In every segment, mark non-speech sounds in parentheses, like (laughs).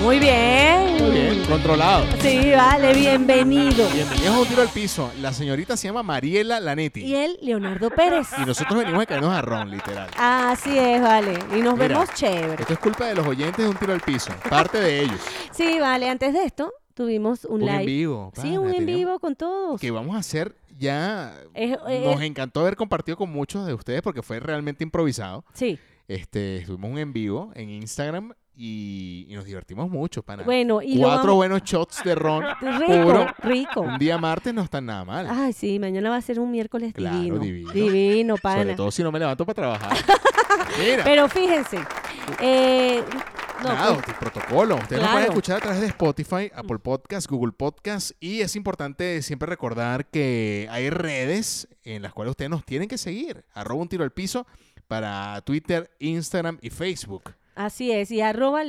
Muy bien. Muy bien, controlado. Sí, vale, bienvenido. Bienvenidos a Un Tiro al Piso. La señorita se llama Mariela Lanetti. Y él, Leonardo Pérez. Y nosotros venimos a caernos a ron, literal. Así es, vale. Y nos Mira. vemos chévere. Esto es culpa de los oyentes de Un Tiro al Piso. Parte de ellos. Sí, vale, antes de esto tuvimos (laughs) un, Un live. en vivo. sí, pana, un en tenemos- vivo Eh, con todos. Que vamos a hacer ya... Es- es- Nos encantó haber compartido con muchos de ustedes porque fue realmente improvisado. Sí. Este, estuvimos un en vivo en Instagram y, y nos divertimos mucho, pana. Bueno, y lo Cuatro vamos- buenos shots de (laughs) ron Rico, puro. rico. Un día martes no están nada mal. Ay, sí, mañana va a ser un miércoles Claro, divino. divino. Divino, Sobre pana. todo si no me levanto para (laughs) trabajar. Mira, Pero fíjense. eh, no, nada, pues, tu protocolo. Ustedes lo Claro. Mm. pueden escuchar a través de Spotify, Apple Podcast, Google Podcast. Y es importante siempre recordar que hay redes en las cuales ustedes nos tienen que seguir. Arroba un tiro al piso para Twitter, Instagram y Facebook. así es. Y arroba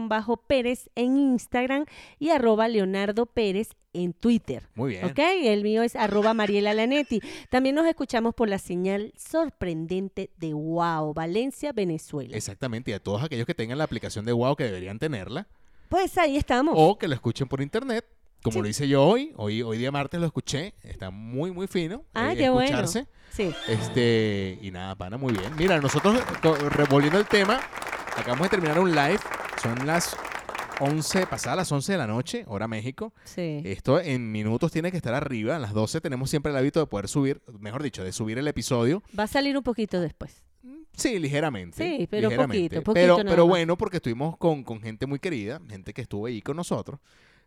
Leonardo-Pérez en Instagram y arroba Leonardo Pérez en Twitter. Muy bien. ¿Ok? El mío es arroba Mariela Lanetti. También nos escuchamos por la señal sorprendente de Wow, Valencia, Venezuela. Exactamente. Y a todos aquellos que tengan la aplicación de Wow que deberían tenerla. Pues ahí estamos. O que lo escuchen por internet. Como Sí. lo hice yo hoy, hoy, hoy día martes lo escuché, está muy, muy fino. Ah, Hay que qué bueno. escucharse. Sí. Este, y nada, pana, muy bien. Mira, nosotros, co- revolviendo el tema, acabamos de terminar un live. Son las 11, pasadas las 11 de la noche, hora México. Sí. Esto en minutos tiene que estar arriba. A las 12 tenemos siempre el hábito de poder subir, mejor dicho, de subir el episodio. Va a salir un poquito después. Sí, ligeramente. Sí, pero ligeramente. poquito, poquito Pero, nada pero más. bueno, porque estuvimos con, con gente muy querida, gente que estuvo ahí con nosotros,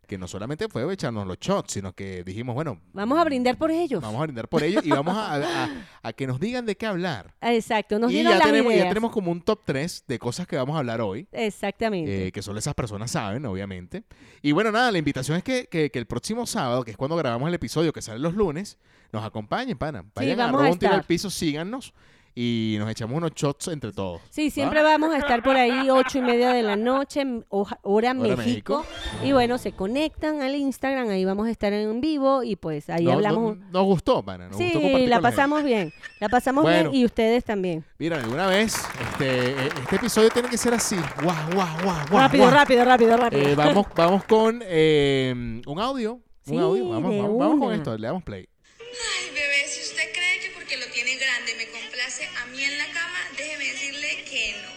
que no solamente fue echarnos los shots, sino que dijimos, bueno... Vamos a brindar por ellos. Vamos a brindar por ellos y vamos a- a- a que nos digan de qué hablar. Exacto. Nos y dieron ya las tenemos, ya ideas. tenemos como un top 3 de cosas que vamos a hablar hoy, Exactamente. eh, que solo esas personas saben, obviamente. Y bueno, nada, la invitación es que, que- que el próximo sábado, que es cuando grabamos el episodio que sale los lunes, nos acompañen, pana. Vayan a vamos a arroba un tiro al estar. piso, síganos y nos echamos unos shots entre todos. Sí, ¿va? siempre vamos a estar por ahí, ocho y media de la noche, m- hoja- hora, Hora México. Y bueno, se conectan al Instagram, ahí vamos a estar en vivo y pues ahí No- no- hablamos. un- nos gustó, pana. Nos gustó sí, compartir la con gente. pasamos bien. La pasamos Bueno. bien y ustedes también. Mira, alguna vez, este, eh, este episodio tiene que ser así. Guau, guau, guau, guau, rápido, guau. rápido, rápido, rápido. Eh, vamos, vamos con eh, un audio. Un Sí, audio. Vamos, de vamos, vamos con una. esto, le damos play. Ay, bebé, si usted cree que porque lo tiene grande me complace a mí en la cama, déjeme decirle que no.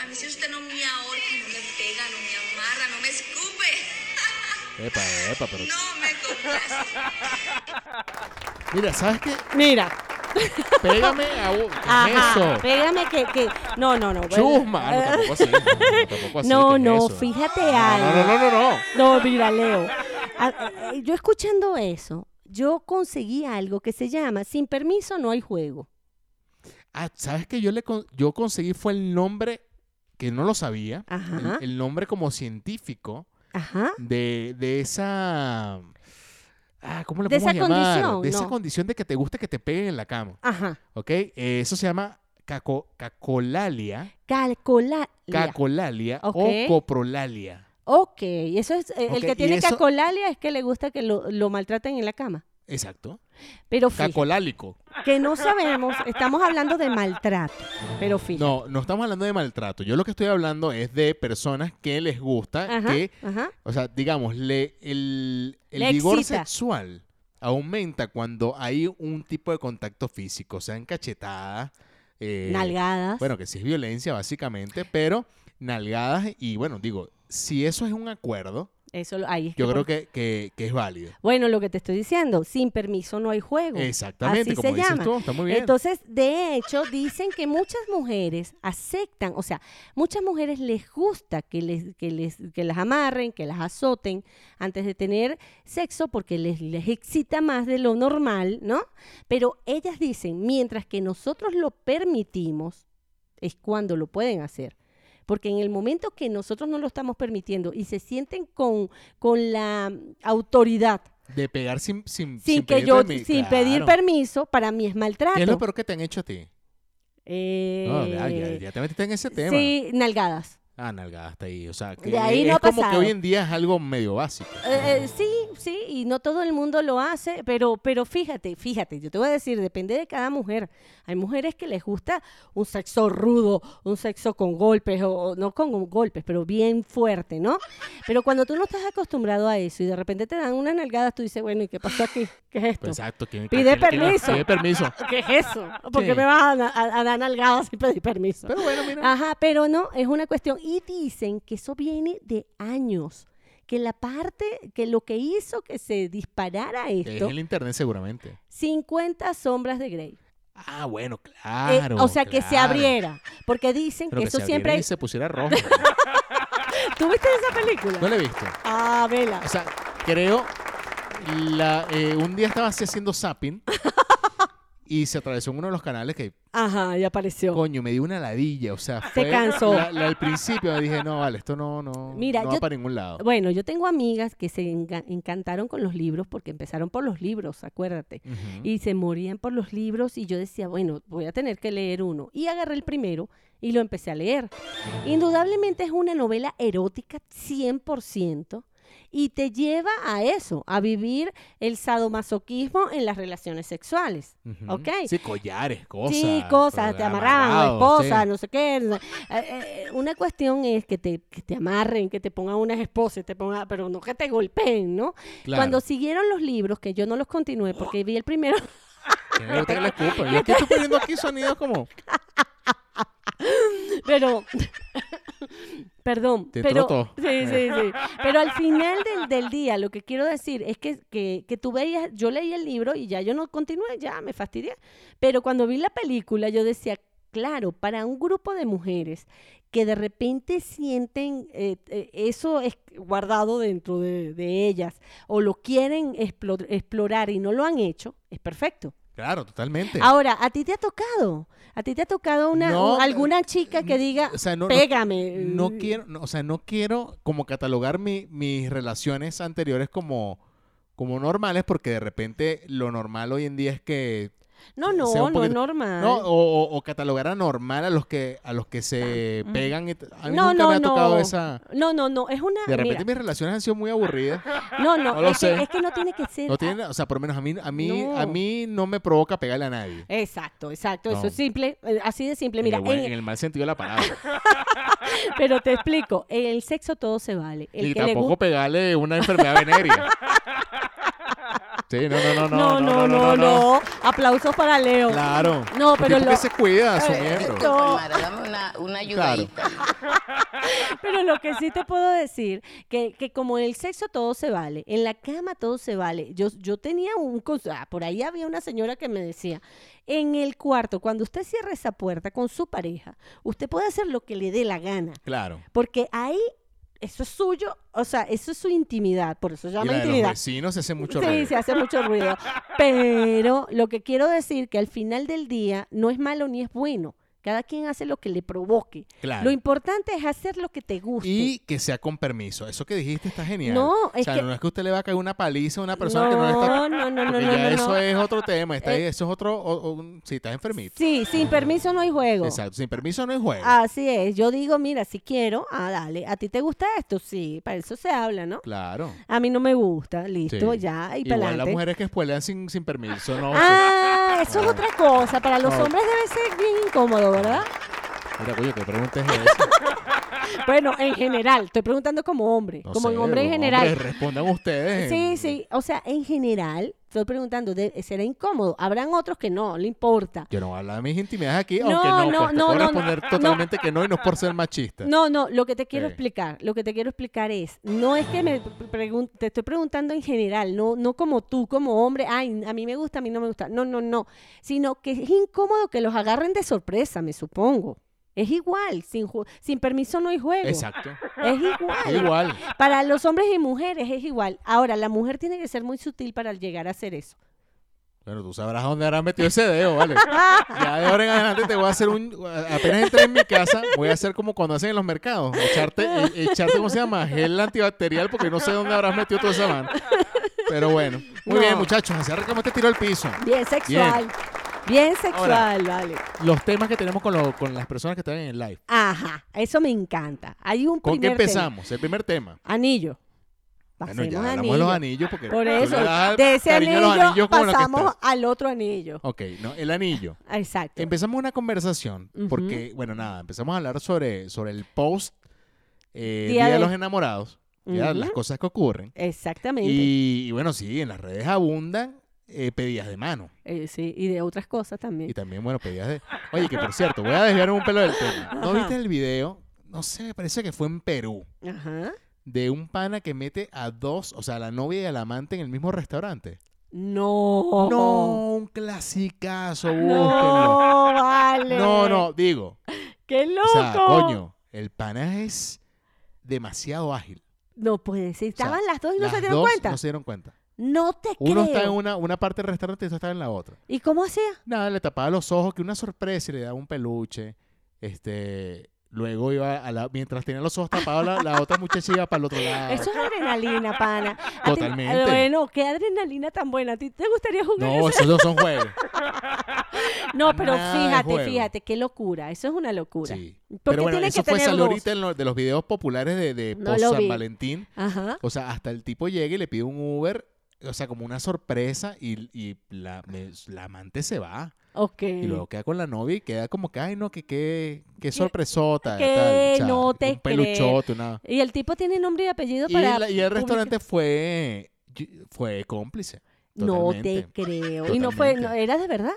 A mí si usted no me ahorca, no me pega, no me amarra, no me escupe. Epa, epa, pero No me complace. Mira, ¿sabes qué? Mira. Pégame a vos. ¿Qué es Ajá. eso? Pégame que, que. No, no, no. Chusma. Ah, no, tampoco así. No, no, tampoco así, ¿qué No, es no, eso? fíjate No, algo. no, no, no, no. No, mira, Leo. A- eh, Yo escuchando eso, yo conseguí algo que se llama Sin permiso no hay juego. Ah, ¿sabes qué? Yo, le con- yo conseguí fue el nombre, que no lo sabía, el, Ajá. el nombre como científico Ajá. de, de esa... Ah, ¿cómo le De podemos esa llamar? condición, de esa no. condición de que te gusta que te peguen en la cama, Ajá. ¿ok? Eh, eso se llama caco- cacolalia, Calculalia. cacolalia Ok. o coprolalia. ok, eso es. eh, Ok, El que y tiene eso- calculalia es que le gusta que lo, lo maltraten en la cama. Exacto. Pero fíjate, Cacolálico. que no sabemos, estamos hablando de maltrato. Pero fíjate. No, no estamos hablando de maltrato. Yo lo que estoy hablando es de personas que les gusta Ajá. que, Ajá. o sea, digamos, le- el, el Le vigor excita. sexual aumenta cuando hay un tipo de contacto físico, sean cachetadas, eh, Nalgadas. bueno, que sí es violencia básicamente, pero nalgadas y bueno, digo, si eso es un acuerdo, eso lo- ahí es yo que- creo que, que- que es válido. Bueno, lo que te estoy diciendo, sin permiso no hay juego. Exactamente, Así como se dices llama. tú, está muy bien. Entonces, de hecho, dicen que muchas mujeres aceptan, o sea, muchas mujeres les gusta que les, que les, que las amarren, que las azoten antes de tener sexo, porque les, les excita más de lo normal, ¿no? Pero ellas dicen, mientras que nosotros lo permitimos, es cuando lo pueden hacer. Porque en el momento que nosotros no lo estamos permitiendo y se sienten con, con la autoridad de pegar sin, sin, sin, sin que pedir yo, permi- sin pedir claro. permiso, para mí es maltrato. ¿Qué es lo peor que te han hecho a ti? Eh, No, ya, ya- ya te metiste en ese tema. Sí, nalgadas. Ah, nalgada hasta ahí. O sea, que De ahí es no ha como pasado. que hoy en día es algo medio básico. Eh, eh, sí, sí, y no todo el mundo lo hace, pero, pero fíjate, fíjate, yo te voy a decir, depende de cada mujer. Hay mujeres que les gusta un sexo rudo, un sexo con golpes, o, o no con golpes, pero bien fuerte, ¿no? Pero cuando tú no estás acostumbrado a eso y de repente te dan unas nalgadas, tú dices, bueno, ¿y qué pasó aquí? ¿Qué es esto? Pues exacto. que- Pide que- que- que- permiso. Pide (laughs) permiso. ¿Qué es eso? ¿Por qué Sí. me vas a, na- a- a dar nalgadas sin pedir permiso? Pero bueno, mira. Ajá, pero no, es una cuestión. Y dicen que eso viene de años. Que la parte, que lo que hizo que se disparara Es esto, el internet seguramente. 50 sombras de Grey. Ah, bueno, Eh, claro. o sea, que se claro. abriera. Porque dicen Pero que, que eso se abriera siempre... y se pusiera (laughs) rojo. ¿Tú viste esa película? No lo he visto. Ah, vela. O sea, creo. la- eh, un día estaba así haciendo zapping y se atravesó en uno de los canales que, Ajá, y apareció. coño, me dio una ladilla. O sea, fue cansó. la- la- al principio me dije, no, vale, esto no, no, Mira, no yo- va para ningún lado. Bueno, yo tengo amigas que se enga- encantaron con los libros porque empezaron por los libros, acuérdate. Ujú. y se morían por los libros y yo decía, bueno, voy a tener que leer uno. Y agarré el primero y lo empecé a leer. Indudablemente es una novela erótica 100% y te lleva a eso, a vivir el sadomasoquismo en las relaciones sexuales. Ujú. ¿Ok? Sí, collares, cosas. Sí, cosas, te amarraban, amarrados, esposa, sí. no sé qué. no sé- eh, eh, una cuestión es que te, que te amarren, que te pongan unas esposas, te pongan, pero no que te golpeen, ¿no? Claro. Cuando siguieron los libros, que yo no los continué porque vi el primero, Que no te la escupan. Yo aquí estoy poniendo aquí sonidos como. Pero, perdón, Te pero, trotó. sí, sí, sí. pero al final del, del día lo que quiero decir es que, que, que tú veías, yo leí el libro y ya yo no continué, ya me fastidié, pero cuando vi la película yo decía, claro, para un grupo de mujeres que de repente sienten eh, eh, eso es guardado dentro de, de ellas o lo quieren explo- explorar y no lo han hecho, es perfecto. Claro, totalmente. Ahora, ¿a ti te ha tocado? ¿A ti te ha tocado una, No, eh, un- alguna chica que n- diga, o sea, no- no- pégame? No quiero, no, o sea, no quiero como catalogar mi- mis relaciones anteriores como, como normales, porque de repente lo normal hoy en día es que. No, no, sea no un poquito- es normal. No, o, o- o catalogar anormal a los que, a los que se pegan. y t- a mí mm. no, nunca no, me ha no. tocado esa. No, no, no, es una... De repente mira, mis relaciones han sido muy aburridas. no, (laughs) no, no lo es, que, sé. es que no tiene que ser... No tienen, o sea, por lo menos a mí, a mí, No. a mí no me provoca pegarle a nadie. Exacto, exacto, eso No. es simple, eh, así de simple. En Mira, el buen- en- en el mal sentido de la palabra. pero te explico, en el sexo todo se vale. El y que le tampoco gusta- pegarle una enfermedad (laughs) venérea. sí, no, no, no, no. no, no, no, aplausos para Leo. Claro. No, Porque pero tú lo- que se cuida a su Eh, miembro. no. Palmara, dame una, una ayudadita. Pero lo que sí te puedo decir, que, que como en el sexo todo se vale, en la cama todo se vale. Yo, yo tenía un... cons- ah, por ahí había una señora que me decía, en el cuarto, cuando usted cierra esa puerta con su pareja, usted puede hacer lo que le dé la gana, Claro. porque ahí eso es suyo, o sea, eso es su intimidad, por eso Y se llama la de los intimidad. vecinos se hace mucho sí, ruido. se hace mucho ruido. Pero lo que quiero decir que al final del día no es malo ni es bueno. Cada quien hace lo que le provoque. Claro. Lo importante es hacer lo que te guste. Y que sea con permiso. Eso que dijiste está genial. No, o es sea, que- no es que usted le va a caer una paliza a una persona que no le está. No, no, no, no, Porque no, ya no, eso no. es otro tema. Está ahí- Eh, eso es otro. o- o un- si estás enfermito. Sí, sin permiso no hay juego. Exacto. Sin permiso no es juego. Así es. Yo digo, mira, si quiero, ah, dale. ¿A ti te gusta esto? Sí, para eso se habla, ¿no? Claro. A mí no me gusta, listo, Sí. ya, y Igual pelante. las mujeres que spoilean sin, sin permiso. No, Ah, eso es No. otra cosa. Para los No. hombres debe ser bien incómodo, ¿verdad? Mira, coño, ¿qué pregunta es esa? (laughs) Bueno, en general, estoy preguntando como hombre, No como sé, hombre en los general. hombres, respondan ustedes. Sí, en- sí, o sea, en general, estoy preguntando, de- ¿será incómodo? Habrán otros que no, le importa. Yo no voy a hablar de mis intimidades aquí, No, aunque no, no, pues, te no, puedo no, responder no. totalmente que no y no es por ser machista. No, no, lo que te quiero Sí. explicar, lo que te quiero explicar es, no es que me pre- pregun- te estoy preguntando en general, no, no como tú, como hombre, ay, a mí me gusta, a mí no me gusta, no, no, no, sino que es incómodo que los agarren de sorpresa, me supongo. Es igual, sin, ju- sin permiso no hay juego. Exacto. Es igual. Igual. Para los hombres y mujeres es igual. Ahora, la mujer tiene que ser muy sutil para llegar a hacer eso. Bueno, tú sabrás dónde habrás metido ese dedo, (laughs) ¿vale? Ya de ahora en adelante te voy a hacer un... Apenas entré en mi casa, voy a hacer como cuando hacen en los mercados. Echarte, e- echarte ¿cómo se llama? Gel antibacterial porque no sé dónde habrás metido toda esa mano. Pero bueno. Muy No. bien, muchachos. Así arrancamos este tiro al piso. Bien sexual. Bien sexual, vale. Los temas que tenemos con, lo- con las personas que están en el live. Ajá, eso me encanta. Hay un ¿Con qué primer tema. empezamos? El primer tema. Anillo. Bueno, Pasemos ya hablamos anillo. de los anillos porque Por tú le eso, das de ese cariño a anillo los anillos como la que Oh. pasamos estás. al otro anillo. Ok, no, el anillo. Exacto. Empezamos una conversación porque, bueno, nada, empezamos a hablar sobre, sobre el post eh, Día Día, de de- los Enamorados, ya, Ujú. las cosas que ocurren. Exactamente. Y, y bueno, sí, en las redes abundan eh, pedidas de mano. Eh, sí, y de otras cosas también. Y también, bueno, pedidas de... Oye, que por cierto, voy a desviar un pelo del tema. ¿No Ajá. viste el video? No sé, me parece que fue en Perú. Ajá. De un pana que mete a dos, o sea, a la novia y al amante en el mismo restaurante. No. No, un clasicazo, búsquenlo. No, vale. No, no, digo, Qué loco. O sea, coño, el pana es demasiado ágil. No puede ser. O sea, Estaban las dos y no Las se dieron dos cuenta. No No, se dieron cuenta. te Uno creo. está en una, una parte del restaurante y otro está en la otra. ¿Y cómo hacía? Nada, le tapaba los ojos, que una sorpresa, y le daba un peluche. Este, luego iba a la, mientras tenía los ojos tapados, la, la otra muchacha iba para el otro lado. Eso es adrenalina, pana. (laughs) A ti- Ah. Totalmente. Bueno, qué adrenalina tan buena. ¿A ti te gustaría jugar no, eso? esos dos son juegos. No, pero nada de fíjate, juego. fíjate, qué locura. Eso es una (laughs) locura. Sí. ¿Por qué Pero bueno, tiene eso que fue tener salud dos? ahorita en lo- de los videos populares de, de No post lo vi. San Valentín. Ajá. O sea, hasta el tipo llega y le pide un Uber, o sea, como una sorpresa, y, y la, me- la amante se va. Ok. Y luego queda con la novia y queda como que, ay, no, que qué, qué sorpresota. que tal, o sea, no te Un peluchote, una... Y el tipo tiene nombre y apellido Y, para. la- y el publicar- restaurante fue, fue cómplice. No te totalmente. creo. Y no fue, no, Totalmente. era de verdad.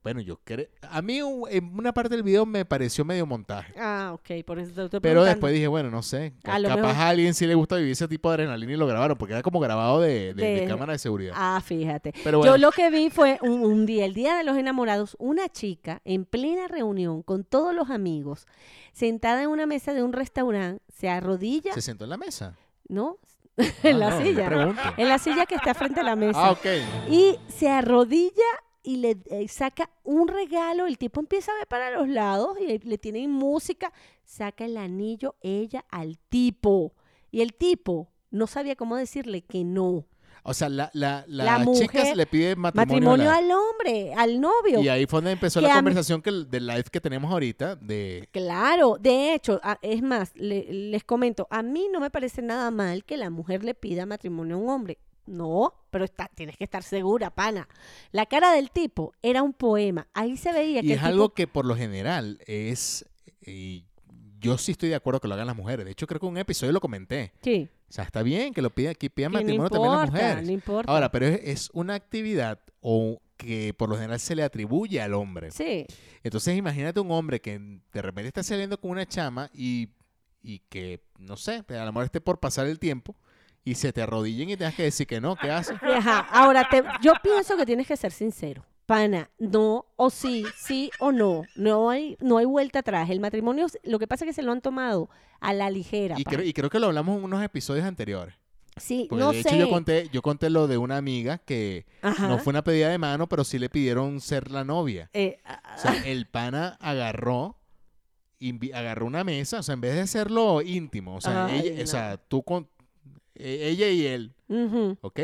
Bueno, yo creo... A mí un- en una parte del video me pareció medio montaje. Ah, ok, por eso te Pero estoy preguntando. después dije, bueno, no sé. ca- A lo capaz mejor- a alguien sí le gusta vivir ese tipo de adrenalina y lo grabaron, porque era como grabado de, de- de De- cámara de seguridad. Ah, fíjate. Pero bueno. Yo lo que vi fue un, un día, el día de los enamorados, una chica en plena reunión con todos los amigos, sentada en una mesa de un restaurante, se arrodilla, ¿Se sentó en la mesa? ¿no? (laughs) en la Ah, no, yo silla. pregunto. En la silla que está frente a la mesa. Ah, ok. Y se arrodilla y le eh, saca un regalo. El tipo empieza a ver para los lados y eh, le, le tienen música. Saca el anillo ella al tipo. Y el tipo no sabía cómo decirle que no. O sea, la, la, la, La chica mujer- le pide matrimonio, a la- Matrimonio al hombre, al novio. Y ahí fue donde empezó que la a mí- conversación que, del live que tenemos ahorita de... Claro, de hecho, a- es más, le- les comento, a mí no me parece nada mal que la mujer le pida matrimonio a un hombre. No, pero está, tienes que estar segura, pana. La cara del tipo era un poema. Ahí se veía Y que es el algo tipo- que por lo general es... Y yo sí estoy de acuerdo que lo hagan las mujeres. De hecho, creo que en un episodio lo comenté. Sí, O sea, está bien que lo pida, que pidan que no matrimonio también las importa, mujeres. no importa. Ahora, pero es, es una actividad o que por lo general se le atribuye al hombre. Sí, Entonces, imagínate un hombre que de repente está saliendo con una chama y, y que, no sé, pues, a lo mejor esté por pasar el tiempo y se te arrodillen y tengas que decir que no, (laughs) ¿qué haces? ajá. Ahora, te- yo pienso que tienes que ser sincero. Pana, no o sí, sí o no. No hay, no hay vuelta atrás. El matrimonio, lo que pasa es que se lo han tomado a la ligera. Y pana. creo, y creo que lo hablamos en unos episodios anteriores. sí, Porque no de hecho sé. yo conté, yo conté lo de una amiga que Ajá. no fue una pedida de mano, pero sí le pidieron ser la novia. Eh, a- O sea, el pana agarró, invi- agarró una mesa, o sea, en vez de hacerlo íntimo, o sea, Ay, ella, o no. sea, tú con e- ella y él, ujú. ¿ok?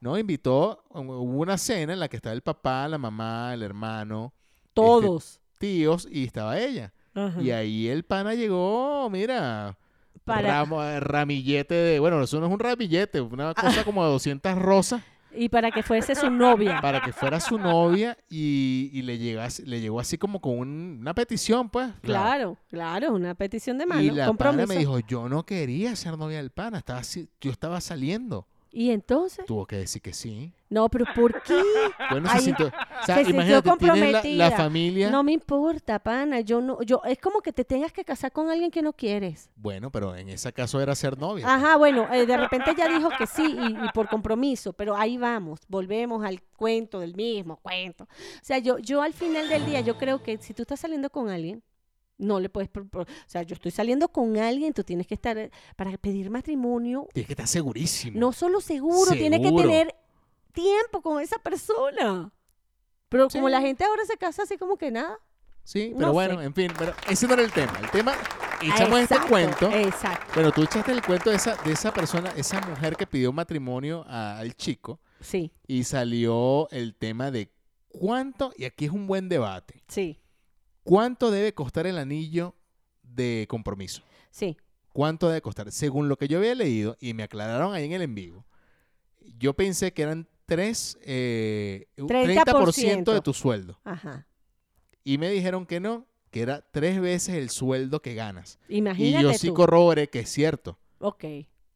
No, invitó, um, hubo una cena en la que estaba el papá, la mamá, el hermano, Todos. tíos y estaba ella. Ajá. Y ahí el pana llegó, mira, Para- ramo- eh, ramillete de, bueno, eso no es un ramillete, Ah. una cosa como de 200 rosas y para que fuese su novia. para que fuera su novia y, y le, llegas, le llegó así como con un- una petición, pues. la- Claro, claro, una petición de Y mano, la pana compromiso. me dijo, yo no quería ser novia del pana, estaba así- yo estaba saliendo. Y entonces, Tuvo que decir que sí. no, pero ¿por (laughs) qué? Bueno, se Ay, sintió, o sea, se sintió imagínate, tienes la- la, comprometida. familia. No me importa, pana, yo no yo es como que te tengas que casar con alguien que no quieres. Bueno, pero en ese caso era ser novia. Ajá, bueno, eh, de repente ya dijo que sí y, y por compromiso, pero ahí vamos, volvemos al cuento del mismo cuento. O sea, yo yo al final del día yo creo que si tú estás saliendo con alguien no le puedes, pro- pro- o sea, yo estoy saliendo con alguien, tú tienes que estar eh, para pedir matrimonio Tienes que estar segurísimo. No solo seguro, tiene que Mm. Seguro. tener tiempo con esa persona. Pero como Sí. la gente ahora se casa así como que nada. sí, no pero bueno, sé. en fin, pero ese no era el tema. El tema, echamos este Exacto, eh. cuento. Exacto. Bueno, tú echaste el cuento de esa, de esa persona, esa mujer que pidió matrimonio a- al chico Sí. y salió el tema de ¿Cuánto? Y aquí es un buen debate. Sí, ¿Cuánto debe costar el anillo de compromiso? sí. ¿Cuánto debe costar? Según lo que yo había leído y me aclararon ahí en el en vivo, yo pensé que eran eh, 3, 30%, 30% de tu sueldo. Ajá. Y me dijeron que no, que era tres veces el sueldo que ganas. Imagínate y yo sí tú. corroboré que es cierto. Ok,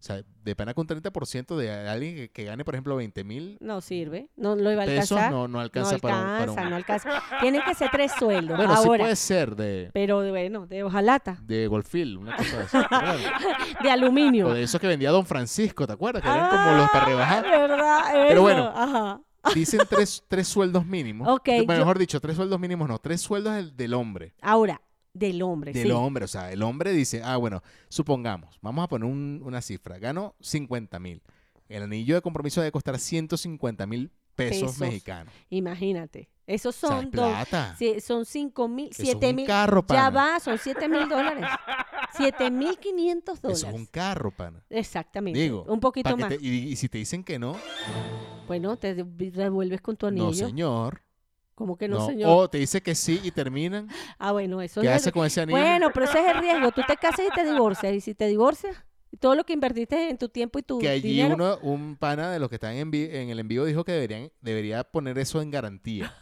O sea, de pana con 30% de alguien que, que gane, por ejemplo, 20 mil no sirve. No lo iba a pesos, alcanzar. no, no alcanza para un- para un- no alcanza. Tienen que ser tres sueldos. Bueno, sí Ahora, puede ser de, pero bueno, de hojalata, de Goldfield, una cosa de (laughs) esas. Claro. de aluminio. O de esos que vendía Don Francisco, ¿te acuerdas? Que eran Ah, como los para rebajar. (laughs) ¿Verdad? Pero bueno. Ajá. Dicen tres, tres sueldos mínimos. Ok, Bueno, yo- Mejor dicho, tres sueldos mínimos no, tres sueldos del, del hombre. Ahora, del hombre. Del sí. hombre, o sea, el hombre dice, ah, bueno, supongamos, vamos a poner un- una cifra, gano 50 mil. El anillo de compromiso debe costar 150 mil pesos, Pesos. mexicanos. Imagínate. Esos O sea, es son dos- plata. sí, son cinco mil, Eso es siete un mil. carro, Ya pana. va, son siete mil dólares. Siete mil quinientos dólares. Eso es un carro, pana. Exactamente. Digo, un pa' poquito que más. te- y, y si te dicen que no, Bueno, te de- revuelves con tu anillo. no, señor. ¿Cómo que no, no. señor? O te dice que sí y terminan. Ah, bueno, eso ¿Qué es- haces con ese anillo? (laughs) Bueno, pero ese es el riesgo. Tú te casas y te divorcias. Y si te divorcias, todo lo que invertiste en tu tiempo y tu que allí dinero. uno, un pana de los que están en, vi- en el envío dijo que deberían, debería poner eso en garantía.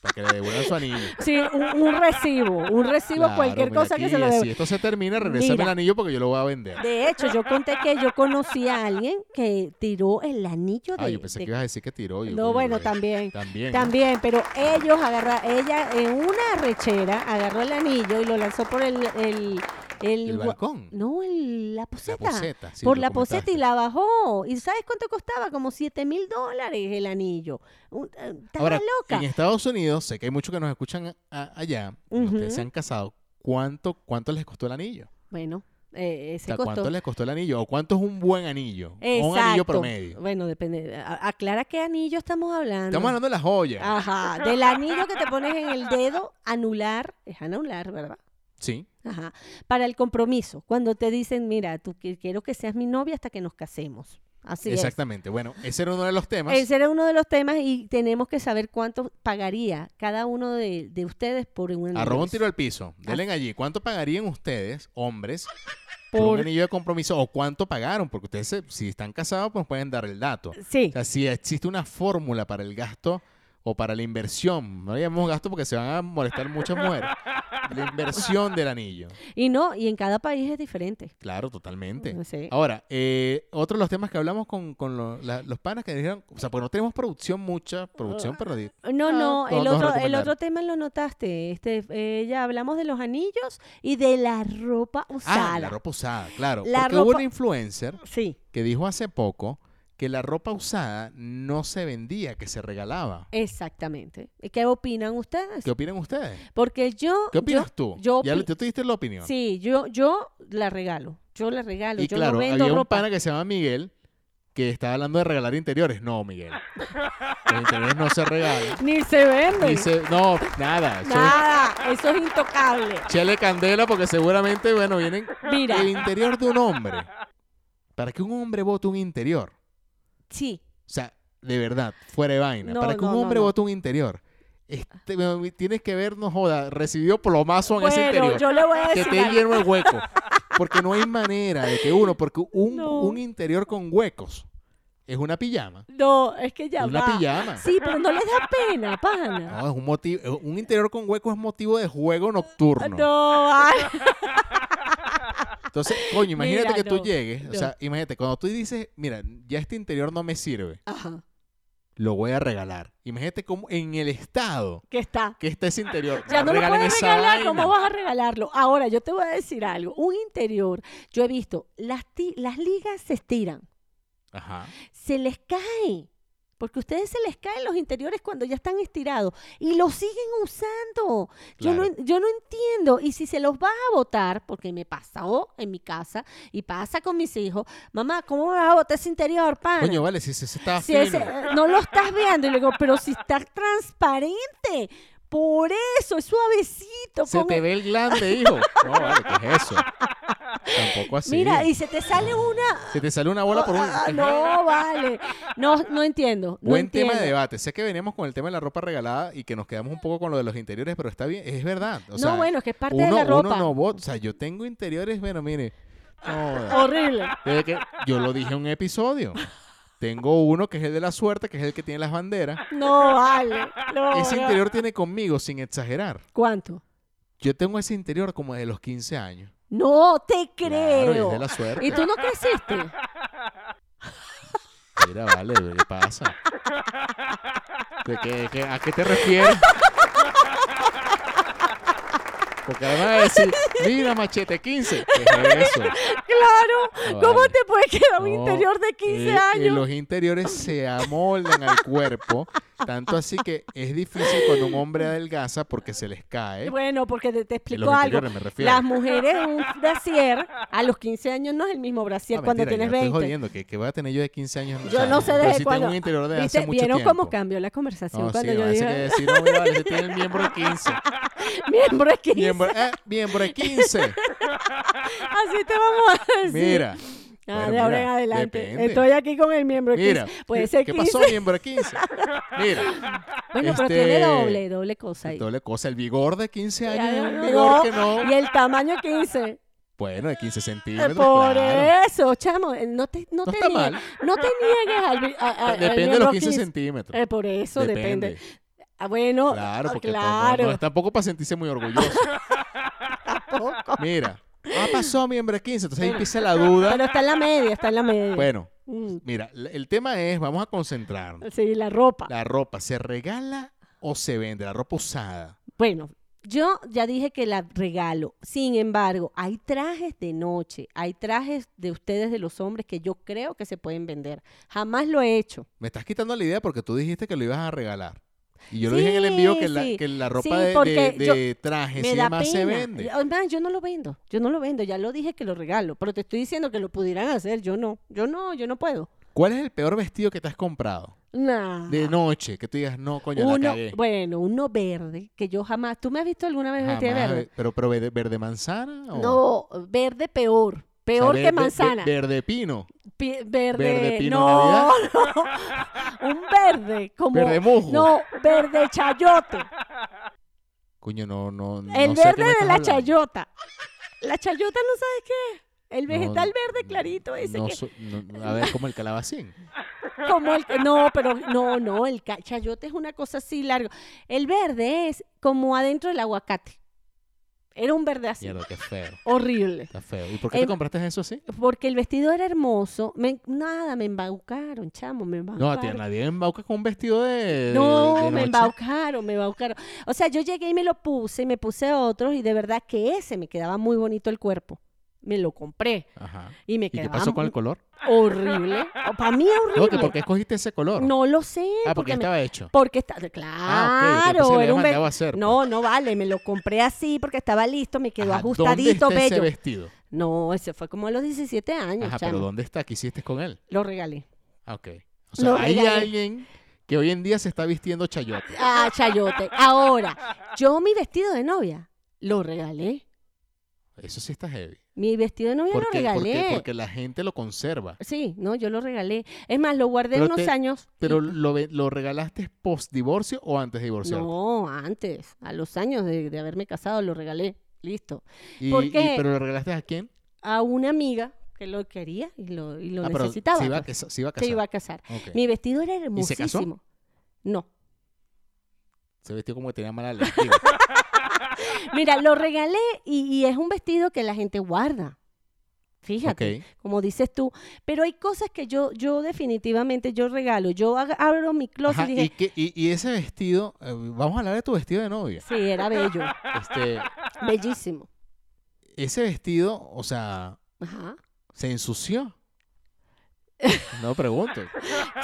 para que le devuelvan su anillo. (laughs) Sí, un, un recibo. Un recibo, Claro, cualquier mira, cosa que aquí, se lo deba. Si esto se termina, regresame el Mira. anillo porque yo lo voy a vender. De hecho, yo conté que yo conocí a alguien que tiró el anillo de. Ah, yo pensé de- que ibas a decir que tiró. yo- No, yo- bueno, yo- también. También. También, pero ellos agarraron, ella en una rechera agarró el anillo y lo lanzó por el. el, el El gua- balcón. No, el- la poseta. poseta, sí, por lo la poseta y comentaste. la bajó. ¿Y sabes cuánto costaba? Como 7 mil dólares el anillo. Un- eh, Estaba Ahora, loca. en Estados Unidos, sé que hay muchos que nos escuchan a- a- allá, los que Ujú. se han casado. ¿Cuánto, ¿Cuánto les costó el anillo? Bueno, eh, O ese sea, costó. ¿cuánto les costó el anillo? ¿O cuánto es un buen anillo? O un anillo Exacto. promedio. Bueno, depende. A- Aclara qué anillo estamos hablando. Estamos hablando de las joyas. Ajá, del anillo que te pones en el dedo anular, es anular, ¿verdad? Sí. Ajá, para el compromiso, cuando te dicen, mira, tú qui- quiero que seas mi novia hasta que nos casemos. Así es. Exactamente. Bueno, ese era uno de los temas. Ese era uno de los temas y tenemos que saber cuánto pagaría cada uno de, de ustedes por un anillo. Arroba un de tiro esos. al piso. Denle allí. ¿Cuánto pagarían ustedes, hombres, por, Por- un anillo de compromiso? ¿O cuánto pagaron? Porque ustedes, se- si están casados, pues pueden dar el dato. Sí, O sea, si existe una fórmula para el gasto o para la inversión, no le llamamos gasto porque se van a molestar muchas mujeres. (laughs) La inversión del anillo. y no, y en cada país es diferente. Claro, totalmente. No sé. Ahora, eh, otro de los temas que hablamos con, con lo- la- los panas que dijeron, o sea, pues no tenemos producción, mucha producción, pero di- No, Ah, no, todos el nos otro, el recomendaron. otro tema lo notaste. Este, eh, ya hablamos de los anillos y de la ropa usada. Ah, la ropa usada, claro. La porque hubo ropa- una influencer Sí, que dijo hace poco que la ropa usada no se vendía, que se regalaba. exactamente. ¿Y ¿Qué opinan ustedes? ¿Qué opinan ustedes? Porque yo. ¿Qué yo- opinas tú? Yo ya opi- lo- tú te diste la opinión. Sí, yo, yo la regalo. Yo la regalo. y yo claro, no vendo había un ropa. pana que se llama Miguel que estaba hablando de regalar interiores. No, Miguel. Los interiores no se (laughs) regalan. Ni se vende. Dice, no, nada. eso es Nada, eso es intocable. Chele candela porque seguramente, bueno, vienen Mira, el interior de un hombre. Para que un hombre vote un interior. sí, O sea, de verdad, fuera de vaina. No, para que no, un no, hombre no. vote un interior. Este, bueno, tienes que ver, no joda, recibió plomazo en ese bueno, interior. yo le voy a que decir esté algo. lleno de hueco. (laughs) Porque no hay manera de que uno, porque un, No. un interior con huecos es una pijama. No, es que ya Es una va. pijama. Ah, Sí, pero no les da pena, pana. No, es un motivo, un interior con huecos es motivo de juego nocturno. Ah, No, ay, (laughs) Entonces, coño, imagínate Mira, que tú no, llegues, o no. sea, imagínate, cuando tú dices, mira, ya este interior no me sirve, Ajá, lo voy a regalar. Imagínate cómo en el estado que está. que está ese interior. Ya no lo regalen puedes esa regalar, vaina. ¿cómo vas a regalarlo? Ahora, yo te voy a decir algo. Un interior, yo he visto, las, ti- las ligas se estiran, Ajá. se les cae. Porque a ustedes se les caen los interiores cuando ya están estirados y los siguen usando. Yo, Claro. no, en- yo no entiendo. Y si se los vas a votar, porque me pasó en mi casa y pasa con mis hijos, mamá, ¿cómo me vas a votar ese interior, pana? Coño, vale, si se está Si fino. ese- eh, no lo estás viendo. Y le digo, pero si está transparente. Por eso, es suavecito. Se con te ve el glande, hijo. No, vale, ¿qué es eso? Tampoco así. Mira, y se te sale una... Se te sale una bola por un... Ah, no, vale. No, no entiendo. no Buen tema de entiendo. debate. Sé que venimos con el tema de la ropa regalada y que nos quedamos un poco con lo de los interiores, pero está bien, es verdad. O No, sea, bueno, es que es parte de uno, la ropa. Uno no vota. O sea, yo tengo interiores, bueno, mire. no, Horrible. desde que- yo lo dije en un episodio. Tengo uno que es el de la suerte, que es el que tiene las banderas. No, vale. (laughs) No, Ese no. interior tiene conmigo, sin exagerar. ¿Cuánto? Yo tengo ese interior como desde los 15 años. No te Claro, creo. y es de la suerte. ¿Y tú no creciste? Mira, vale, ¿qué pasa? ¿De qué- qué- ¿A qué te refieres? Porque además de decir, mira, machete 15. ¿Qué es eso? (laughs) Claro. No, ¿Cómo vale. te puede quedar un No, interior de 15 eh, eh, años? los interiores se amoldan al cuerpo, tanto así que es difícil cuando un hombre adelgaza porque se les cae. Bueno, porque te, te explico ¿Eh? los algo. interiores me refiero. Las mujeres un brasier a los 15 años no es el mismo brasier Ah, cuando mentira, tienes yo estoy 20. jodiendo, que, que voy a tener yo de 15 años. Yo no sé desde si cuándo. tengo un interior de ¿Viste? hace mucho ¿Vieron tiempo. cómo cambió la conversación No, sí, cuando yo parece que dije decir, no, mira, vale, ese tiene el miembro de 15. (laughs) miembro de 15? Miembro, eh, miembro de (laughs) 15. Así te vamos a decir. Mira. Ah, Bueno, de ahora en mira, adelante. depende. Estoy aquí con el miembro de 15. Mira, Puede ser ¿qué 15. pasó, miembro de 15? Mira, (laughs) Bueno, pero Este- tiene doble, doble cosa Pues ahí. doble cosa, el vigor de 15 Ya, años es no, un vigor que Y no. el tamaño 15. Bueno, de 15 Eh, centímetros. Por claro. eso, chamo, eh, no te, no No te está niegues, mal. no te niegues al, vi- a- a- al Depende de miembro los 15 centímetros. Eh, por eso depende. Depende. Ah, bueno, Claro, ah, porque to- no- claro. No, es tampoco para sentirse muy orgulloso. (laughs) (laughs) Mira, ah, pasó miembro de 15, entonces ahí empieza la duda. pero está en la media, está en la media. Bueno, Mm, mira, l- el tema es, vamos a concentrarnos. sí, la ropa. La ropa, ¿se regala o se vende? La ropa usada. Bueno, yo ya dije que la regalo. Sin embargo, hay trajes de noche, hay trajes de ustedes, de los hombres, que yo creo que se pueden vender. Jamás lo he hecho. Me estás quitando la idea porque tú dijiste que lo ibas a regalar. Y yo lo Sí, dije en el envío que la, sí. que la Sí, ropa de- porque de, yo- de trajes Me y da demás pena. se vende. Además, yo no lo vendo, yo no lo vendo, ya lo dije que lo regalo, pero te estoy diciendo que lo pudieran hacer, yo no, yo no, yo no puedo. ¿Cuál es el peor vestido que te has comprado? Nah. De noche, que tú digas, no, coño, la uno, cagué. bueno, uno verde, que yo jamás, ¿tú me has visto alguna vez vestida de Jamás, verde? Pero, pero verde, verde manzana o o No, verde peor, sea, peor que verde- manzana. ve- Verde pino. Pi- verde, Verde pino (laughs) no, no. un verde como Verde musgo. no, verde chayote, Coño, no, no, no el sé qué verde me de estás la hablando. chayota. La chayota no sabes qué, es. el No, vegetal verde clarito ese no que so- no- a ver, como el (laughs) calabacín. como el no, pero no, no, el ca- chayote es una cosa así largo. El verde es como adentro del aguacate. Era un verde así, Mierda, qué feo. horrible. Está feo. ¿Y por qué te Em, compraste eso así? Porque el vestido era hermoso, me- nada, me embaucaron, chamo, me embaucaron. No, a ti a nadie embauca con un vestido de. de- No, de me noche. embaucaron, me embaucaron. O sea, yo llegué y me lo puse y me puse otros y de verdad que ese me quedaba muy bonito el cuerpo. Me lo compré Ajá. y me ¿Y qué quedaba pasó con el mu- color? horrible. O Para mí No, que horrible. ¿por qué escogiste ese color? No lo sé. Ah, porque, porque, me- estaba hecho. porque está- Ah, ok, yo Claro, pensé que le era un habían ve- mandado a hacer, No, no vale, me lo compré así porque estaba listo, me quedó Ajá, ajustadito, Ah, ¿Dónde está ese bello. vestido? No, ese fue como a los 17 años, Ajá, chamo. pero ¿dónde está? ¿Qué hiciste con él? Lo regalé. Ah, ok. O sea, Lo hay regalé. alguien que hoy en día se está vistiendo chayote. Ah, chayote. Ahora, yo mi vestido de novia lo regalé. Eso sí está heavy. Mi vestido de novia ¿Por lo qué? Porque, regalé. porque la gente lo conserva. Sí, no, yo lo regalé. Es más, lo guardé Pero unos te- años. Pero y- lo, ve- lo regalaste post divorcio o antes de divorciarte. no, antes, a los años de, de haberme casado, lo regalé. Listo. Y- ¿por y- qué? pero lo regalaste a quién? A una amiga que lo quería y lo, y lo Ah, pero necesitaba. Se iba, a pues. casa- se iba a Se casar. iba a casar. Ok. Mi vestido era ¿Y se hermosísimo. casó? No. Se vestió como que tenía (laughs) mala lectura. Mira, lo regalé y, y es un vestido que la gente guarda. Fíjate. ok. como dices tú, pero hay cosas que yo, yo definitivamente yo regalo. Yo ag- abro mi closet Ajá, y y, dije, que- y- y ese vestido, eh, vamos a hablar de tu vestido de novia. sí, era bello, (laughs) Este, bellísimo. ese vestido, o sea, Ajá. ¿Se se (laughs) ensució. No pregunto.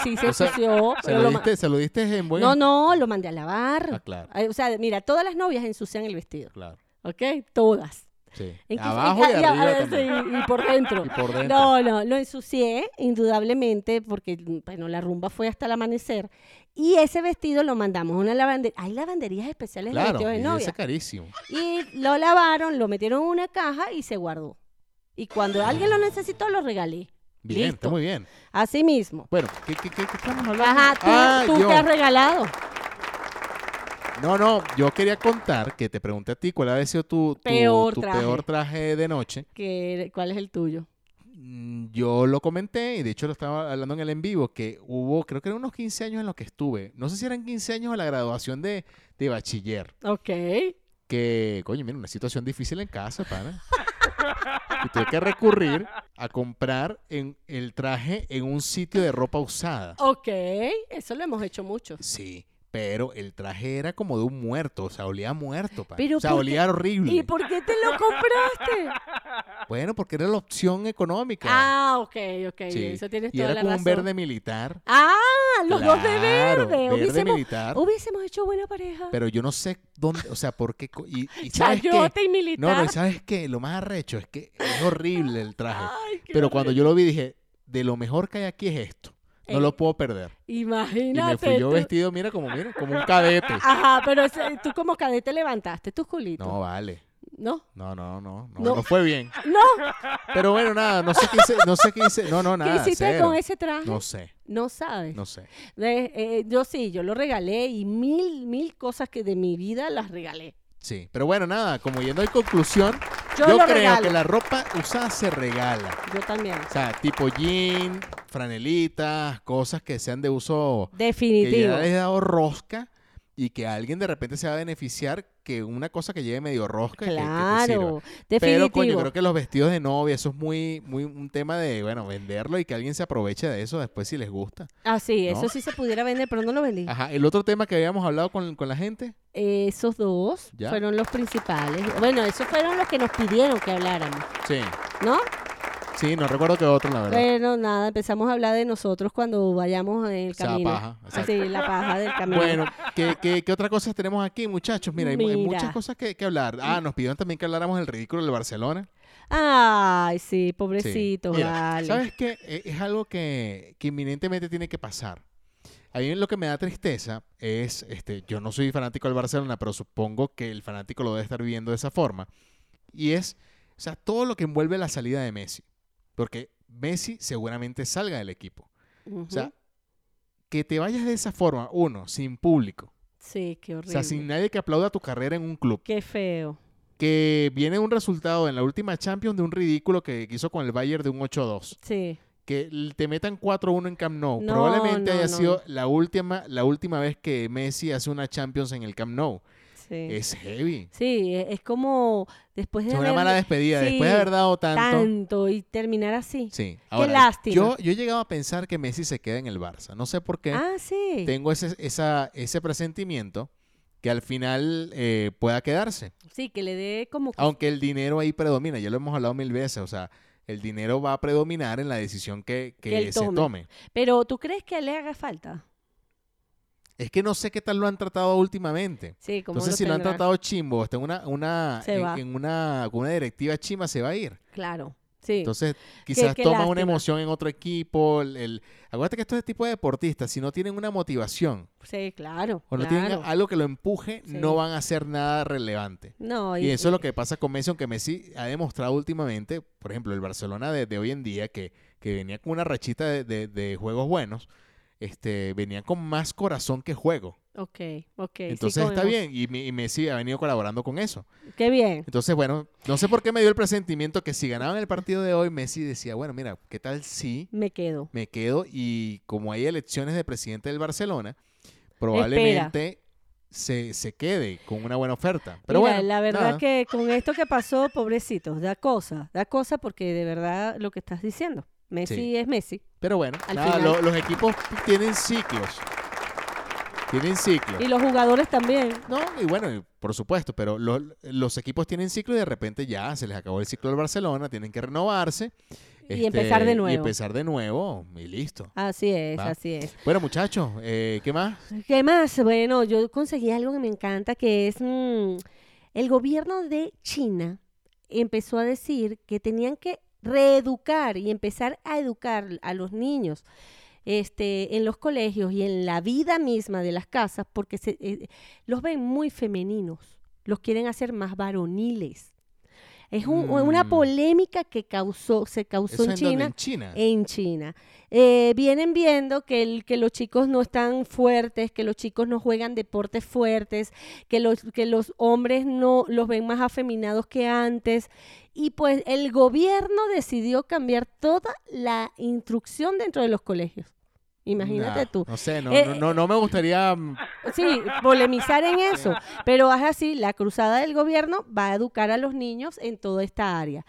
Sí, se O sea, ensució, ¿Se pero lo, lo ma- diste, se lo diste en buen No, no, lo mandé a lavar. Ah, claro, Ay, O sea, mira, todas las novias ensucian el vestido, claro. ¿ok? Todas. Sí. En que- Abajo en y ca- arriba a- también. sí, y por dentro. Y por dentro. No, no, lo ensucié, indudablemente, porque, bueno, la rumba fue hasta el amanecer. Y ese vestido lo mandamos a una lavandería. Hay lavanderías especiales de claro, vestidos de y novia. ese carísimo. Y lo lavaron, lo metieron en una caja y se guardó. Y cuando alguien lo necesitó, lo regalé. Bien, está Listo. muy bien. Así mismo. Bueno, ¿qué, qué, qué- qué estamos hablando? Ajá, tú, Ah, tú yo. te has regalado. No, no, yo quería contar que te pregunté a ti cuál había sido tu, tu- Peor tu traje. peor traje de noche. que- ¿Cuál es el tuyo? Mm, Yo lo comenté y de hecho lo estaba hablando en el en vivo que hubo, creo que eran unos 15 años en los que estuve. No sé si eran 15 años a la graduación de, de bachiller. Ok. que, coño, mira, una situación difícil en casa, pana. Y tuve que recurrir a comprar en el traje en un sitio de ropa usada. Ok. Eso lo hemos hecho mucho. Sí, pero el traje era como de un muerto, o sea, olía a muerto, pana. Pero o sea, ¿por qué? olía horrible. ¿Y por qué te lo compraste? Bueno, porque era la opción económica. Ah, ok, ok. Sí. Eso tienes y toda era la como razón. un verde militar. Ah, los dos de Claro, verde. verde hubiésemos, militar. hubiésemos hecho buena pareja. Pero yo no sé dónde, o sea, por qué. co- Y, (laughs) y ¿sabes qué? Chayote y No, militar. no, ¿y ¿sabes qué? Lo más arrecho es que es horrible el traje. Ay, Ah, qué Pero cuando horrible. yo lo vi dije, de lo mejor que hay aquí es esto. No Ey. lo puedo perder. Y Imagínate. me fui yo tú. Ah, vestido, mira, como mira, como un cadete. Ajá, pero ese- tú como cadete levantaste tus culitos. No, vale. No. No, no, no, no, ah, No. no fue bien. No. Pero bueno, nada, no sé qué hice, no sé qué hice, no, no, nada. ¿Qué hiciste cero. con ese traje? No No, sé, sabes. no sé. Ve, eh, yo sí, yo lo regalé y mil, mil cosas que de mi vida las regalé. Sí, pero bueno, nada, como yendo en conclusión, yo, Yo lo creo regalo. que la ropa usada se regala. Yo también. O sea, tipo jean, franelitas, cosas que sean de uso que Definitivo. ya les he dado rosca y que alguien de repente se va a beneficiar que una cosa que lleve medio rosca que- que te sirva. Pero Claro. Definitivo. coño, creo que los vestidos de novia, eso es muy, muy un tema de, bueno, venderlo y que alguien se aproveche de eso después si les gusta. Ah, sí, ¿No? Ah. eso sí se pudiera vender, pero no lo vendí. Ajá, el otro tema que habíamos hablado con, con la gente, Esos dos Ya. fueron los principales. Bueno, esos fueron los que nos pidieron que habláramos, sí, ¿no? sí, no recuerdo qué otro, la verdad. Bueno, nada, empezamos a hablar de nosotros cuando vayamos en el O sea, camino. paja, exacto. Sí, la (laughs) paja del camino. Bueno, (laughs) ¿qué, qué, qué otras cosas tenemos aquí, muchachos? Mira, hay, mu- hay Mira. muchas cosas que, que hablar. Ah, nos pidieron también que habláramos del ridículo del Barcelona. Ay, sí, Sí. pobrecito, Mira, vale. ¿Sabes qué? E- Es algo que, que inminentemente tiene que pasar. A mí lo que me da tristeza es, este, yo no soy fanático del Barcelona, pero supongo que el fanático lo debe estar viviendo de esa forma. Y es, o sea, todo lo que envuelve la salida de Messi. Porque Messi seguramente salga del equipo. Ujú. O sea, que te vayas de esa forma, uno, sin público. sí, qué O horrible. sea, sin nadie que aplauda tu carrera en un club. Qué feo. Que viene un resultado en la última Champions de un ridículo que hizo con el Bayern de un 8-2 Sí. que l- te metan 4-1 en Camp Nou. No, Probablemente no, haya no. sido la última, la última vez que Messi hace una Champions en el Camp Nou. Sí. Es heavy. Sí, e- es como después de Es una haber mala despedida. sí, Después de haber dado tanto. tanto y terminar así. Sí. lástima. Yo, yo he llegado a pensar que Messi se queda en el Barça. No sé por qué. Ah, sí. Tengo ese, esa- ese presentimiento que al final eh, pueda quedarse. Sí, que le dé como que- Aunque el dinero ahí predomina. Ya lo hemos hablado mil veces. O sea, el dinero va a predominar en la decisión que, que Que él se tome. tome. Pero ¿tú crees que le haga falta? Es que no sé qué tal lo han tratado últimamente. Sí, como Entonces, si lo han tratado chimbo, está en una, una, Se en, va. en una, con una directiva chimba, se va a ir. Claro. Sí. Entonces, quizás qué toma una lástima. emoción en otro equipo. El, el- Acuérdate que estos tipos de deportistas, si no tienen una motivación sí, claro. o no claro. tienen algo que lo empuje, Sí. no van a hacer nada relevante. No, Y eso es lo que pasa con Messi, aunque Messi ha demostrado últimamente, por ejemplo, el Barcelona de, de hoy en día, que, que venía con una rachita de, de- de juegos buenos, este, venía con más corazón que juego. Ok, ok. Eh, sí, Entonces con está emo- bien, y, mi- y Messi ha venido colaborando con eso. Qué bien. Entonces, bueno, no sé por qué me dio el presentimiento que si ganaban el partido de hoy, Messi decía, bueno, mira, ¿qué tal si Me quedo. me quedo? Y como hay elecciones de presidente del Barcelona, probablemente se, se quede con una buena oferta. Pero Mira, bueno, la verdad nada. que con esto que pasó, pobrecitos, da cosa, da cosa porque de verdad lo que estás diciendo. Messi Sí. es Messi. Pero bueno, al nada, final- lo- los equipos tienen ciclos. Tienen ciclos. Y los jugadores también. No, y bueno, y por supuesto, pero lo- los equipos tienen ciclo y de repente ya se les acabó el ciclo del Barcelona, tienen que renovarse. Este, Y empezar de nuevo. Y empezar de nuevo y listo. Así es, Va. así es. Bueno, muchachos, eh, ¿qué más? ¿Qué más? Bueno, yo conseguí algo que me encanta, que es mm, el gobierno de China empezó a decir que tenían que reeducar y empezar a educar a los niños este, en los colegios y en la vida misma de las casas, porque se, eh, los ven muy femeninos, los quieren hacer más varoniles. Es un- una Mm. polémica que causó, se ¿Eso causó en en dónde? China ¿En China? en China. Eh, vienen viendo que, el, que los chicos no están fuertes, que los chicos no juegan deportes fuertes, que los, que los hombres no los ven más afeminados que antes. Y pues el gobierno decidió cambiar toda la instrucción dentro de los colegios. Imagínate Nah, tú. No sé, no, Eh, ah, no, no, no me gustaría. mm, Sí, polemizar en eso. Pero es así, la cruzada del gobierno va a educar a los niños en toda esta área.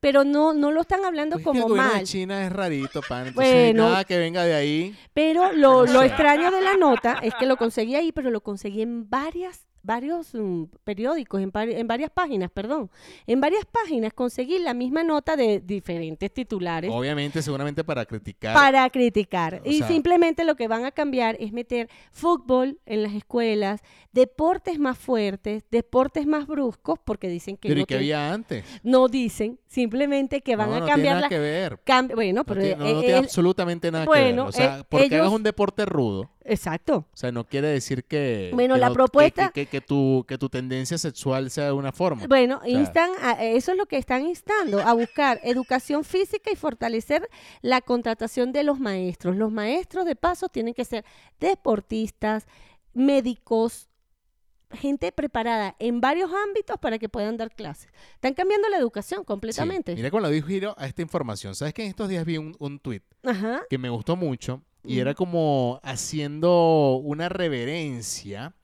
Pero no, no lo están hablando pues es que el como gobierno de mal. China es rarito, pan. Entonces, Bueno. nada que venga de ahí. Pero lo, Ah, No lo sé. extraño de la nota es que lo conseguí ahí, pero lo conseguí en varias varios mm, periódicos, en, pari- en varias páginas, perdón. En varias páginas conseguí la misma nota de diferentes titulares Obviamente, seguramente para criticar. para criticar. Oh, O y sea- simplemente lo que van a cambiar es meter fútbol en las escuelas, deportes más fuertes, deportes más bruscos, porque dicen que Pero no, ¿y qué tienen- había antes? no dicen, simplemente que van no, a no tiene cambiar nada las... que ver. cam- Bueno, No pero... tiene, no- no eh, tiene el- absolutamente nada que ver. bueno, O sea, eh, porque hagas ellos- un deporte rudo, Exacto. o sea, no quiere decir que. Bueno, que la no- que- propuesta- Que, que- que tu, que tu tendencia sexual sea de una forma. Bueno, sea- instan a- eh, eso es lo que están instando, a buscar educación física y fortalecer la contratación de los maestros. Los maestros, de paso, tienen que ser deportistas, médicos, gente preparada en varios ámbitos para que puedan dar clases. Están cambiando la educación Sí. completamente. Mira cuando dijo Hiro a esta información. ¿Sabes que en estos días vi un, un tweet Ajá. que me gustó mucho y Ujú. era como haciendo una reverencia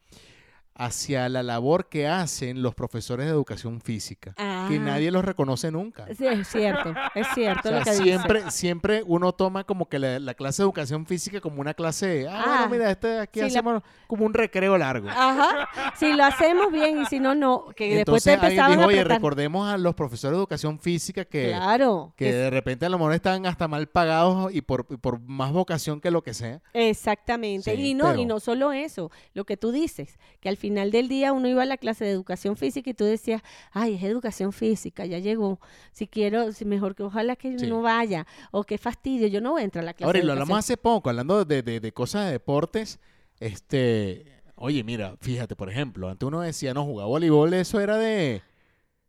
hacia la labor que hacen los profesores de educación física, que Ah. nadie los reconoce nunca. Sí, es cierto, es O cierto sea, lo que dice. siempre, siempre uno toma como que la, la clase de educación física como una clase, ah, bueno, Ah, mira, este aquí sí, la- hacemos como un recreo largo. Ajá. Si lo hacemos bien y si no, no. Que después te Entonces alguien empezaban dijo, a oye, apretar". recordemos a los profesores de educación física que, Claro. que que de repente a lo mejor están hasta mal pagados y por, y por más vocación que lo que sea. Exactamente, Sí, y no, pero- y no solo eso, lo que tú dices, que al final del día uno iba a la clase de educación física y tú decías, ay, es educación física, ya llegó, si quiero, si mejor que ojalá que Sí. no vaya, o qué fastidio, yo no voy a entrar a la clase Ahora, y de lo educación hablamos hace poco, hablando de, de- de cosas de deportes, este, oye, mira, fíjate, por ejemplo, antes uno decía, no, jugar voleibol, eso era de,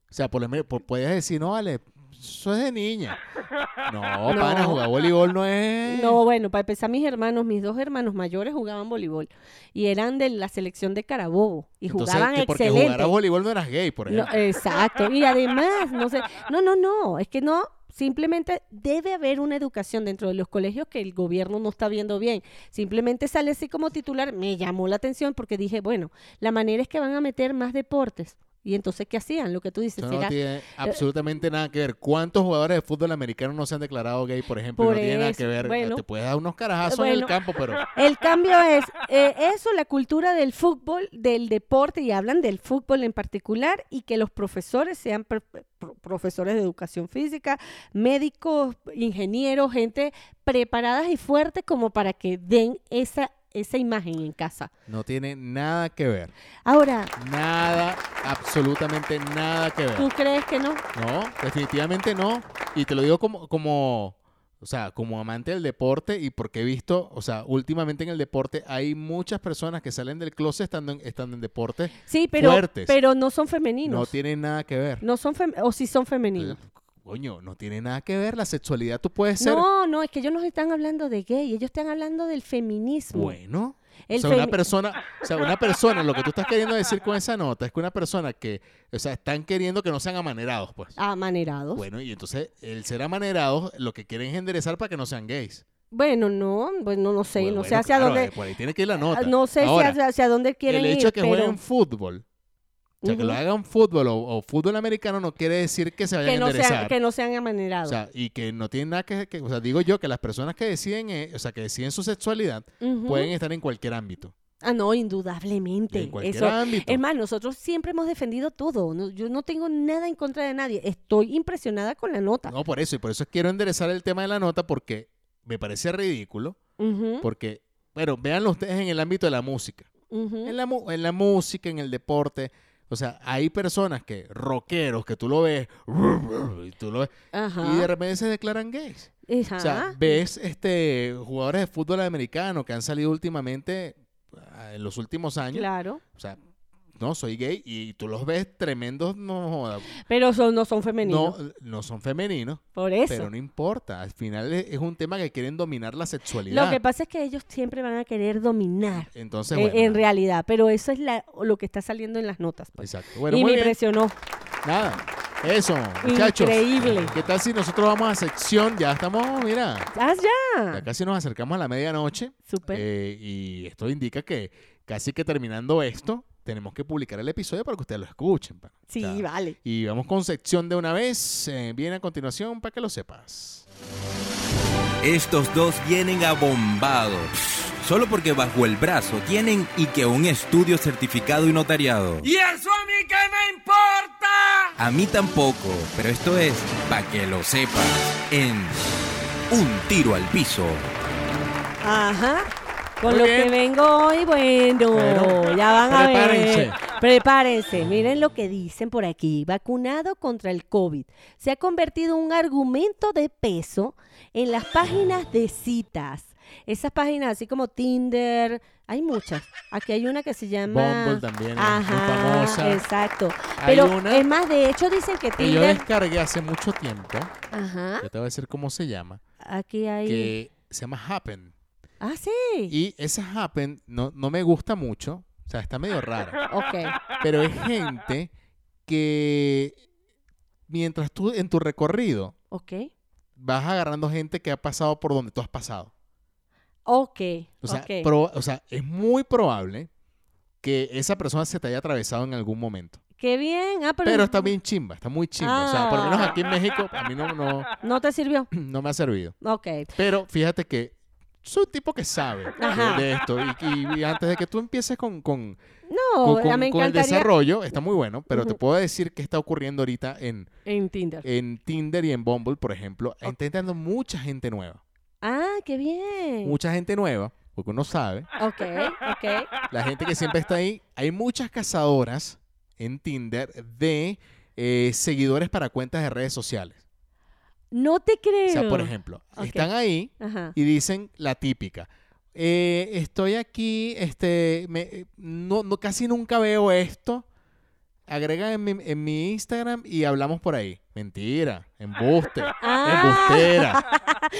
o sea, por lo menos, por- podías decir, no, vale, eso es de niña. (laughs) No, pana, jugar voleibol no es... No, bueno, para empezar, mis hermanos, mis dos hermanos mayores jugaban voleibol y eran de la selección de Carabobo y Entonces, jugaban que porque excelente. jugar a voleibol no eras gay, por No, eh, ejemplo. exacto. Y además, no sé, no, no, no, es que no, simplemente debe haber una educación dentro de los colegios que el gobierno no está viendo bien. Simplemente sale así como titular, me llamó la atención porque dije, bueno, la manera es que van a meter más deportes. Y entonces, ¿qué hacían? Lo que tú dices, Eso no será- tiene absolutamente nada que ver. ¿Cuántos jugadores de fútbol americano no se han declarado gay, por ejemplo? Por no tiene nada eso, que ver. bueno. Te puedes dar unos carajazos en el Bueno. campo, (laughs) pero... El cambio es eh, eso, la cultura del fútbol, del deporte, y hablan del fútbol en particular, y que los profesores sean pro- pro- profesores de educación física, médicos, ingenieros, gente preparadas y fuerte como para que den esa, esa imagen en casa. No tiene nada que ver. Ahora, Nada, absolutamente nada que ¿tú ver. crees que no? No, definitivamente no. Y te lo digo como, como, o sea, como amante del deporte y porque he visto, o sea, últimamente en el deporte hay muchas personas que salen del closet estando en, estando en deporte. Sí, pero, Fuertes. pero no son No femeninos. tiene nada que ver. No son fem- o si son femeninos. Coño, no tiene nada que ver. La sexualidad tú puedes ser. No, no, es que ellos no están hablando de gay, ellos están hablando del feminismo. Bueno. El o sea, una femi- persona, o sea, una persona, lo que tú estás queriendo decir con esa nota es que una persona que, o sea, están queriendo que no sean amanerados, pues. Amanerados. Bueno, y entonces el ser amanerados lo que quieren es enderezar para que no sean gays. Bueno, no, bueno, no sé, Bueno, no sé bueno, hacia claro, dónde, eh, Por ahí tiene que ir la nota. no sé si Ahora, hacia, hacia dónde quieren el hecho ir, de que pero jueguen fútbol, o sea, que lo Ujú. hagan fútbol o, o fútbol americano no quiere decir que se vayan que a no enderezar. sean, que no sean amanerados. O sea, y que no tienen nada que, que- o sea, digo yo que las personas que deciden, eh, o sea, que deciden su sexualidad, Ujú. pueden estar en cualquier ámbito. Ah, no, Y indudablemente. En cualquier Eso, ámbito. es más, nosotros siempre hemos defendido todo. no- yo no tengo nada en contra de nadie. Estoy impresionada con la nota. No, por eso, y por eso quiero enderezar el tema de la nota porque me parece ridículo, Ujú, porque, bueno, véanlo ustedes en el ámbito de la música. ujú. En la, mu- en la música, en el deporte. O sea, hay personas que, rockeros, que tú lo ves, y tú lo ves, Ajá. y de repente se declaran gays. O sea, Ajá. ves este jugadores de fútbol americano que han salido últimamente ah, en los últimos años. claro. O sea, no, soy gay, y tú los ves tremendos, no joda. Pero son, no son femeninos. No, no son femeninos, por eso. pero no importa. Al final es, es un tema que quieren dominar la sexualidad. Lo que pasa es que ellos siempre van a querer dominar. Entonces, eh, bueno, en nada. realidad, pero eso es la- lo que está saliendo en las notas. pues. Exacto. Bueno, y muy me bien. impresionó. Nada. Eso, muchachos. Increíble. ¿Qué tal si nosotros vamos a sección? Ya estamos, mira, ¡Ah, ya! ya casi nos acercamos a la medianoche. Súper. Eh, y esto indica que casi que terminando esto, tenemos que publicar el episodio para que ustedes lo escuchen. pana. sí, O sea, vale. Y vamos con sección de una vez. eh, viene a continuación para que lo sepas. Estos dos vienen abombados. Solo porque bajo el brazo tienen y que un estudio certificado y notariado. ¿Y eso a mí qué me importa? A mí tampoco, pero esto es para que lo sepas en Un Tiro al Piso. Ajá. Con Muy lo bien. que vengo hoy, bueno, Bueno, ya van a prepárense. ver. Prepárense. Miren lo que dicen por aquí. Vacunado contra el COVID. Se ha convertido un argumento de peso en las páginas de citas. Esas páginas así como Tinder, hay muchas. Aquí hay una que se llama Bumble también, es muy Ajá, famosa. Exacto. Hay Pero una- es más, de hecho dicen que Que yo Tinder. descargué hace mucho tiempo. Ajá. Yo te voy a decir cómo se llama. Aquí hay. Que se llama Happen. Ah, sí. Y esa Happen no, no me gusta mucho. O sea, está medio rara. Ok. Pero es gente que mientras tú en tu recorrido Ok. vas agarrando gente que ha pasado por donde tú has pasado. Ok. O sea, ok. proba- o sea, es muy probable que esa persona se te haya atravesado en algún momento. Qué bien. Ah, pero, Pero está bien chimba, está muy chimba. O sea, por lo menos Ah. aquí en México a mí no, no, (clears throat) no te sirvió. no me ha servido. Ok. Pero fíjate que soy un tipo que sabe de- Ajá. de esto. Y, y- y antes de que tú empieces con, con, No, con- con- me con el encantaría desarrollo, está muy bueno, pero te Ujú. puedo decir qué está ocurriendo ahorita en, en Tinder. en Tinder y en Bumble, por ejemplo. Está entrando mucha gente nueva. Ah, qué bien. Mucha gente nueva, porque uno sabe. Ok, ok. La gente que siempre está ahí. Hay muchas cazadoras en Tinder de eh, seguidores para cuentas de redes sociales. No te creo. O sea, por ejemplo, Ok. están ahí Ajá. y dicen la típica. eh, estoy aquí, este, me- eh, no, no, casi nunca veo esto. Agrega en mi, en mi Instagram y hablamos por ahí. Mentira, embuste, Ah. embustera, (laughs)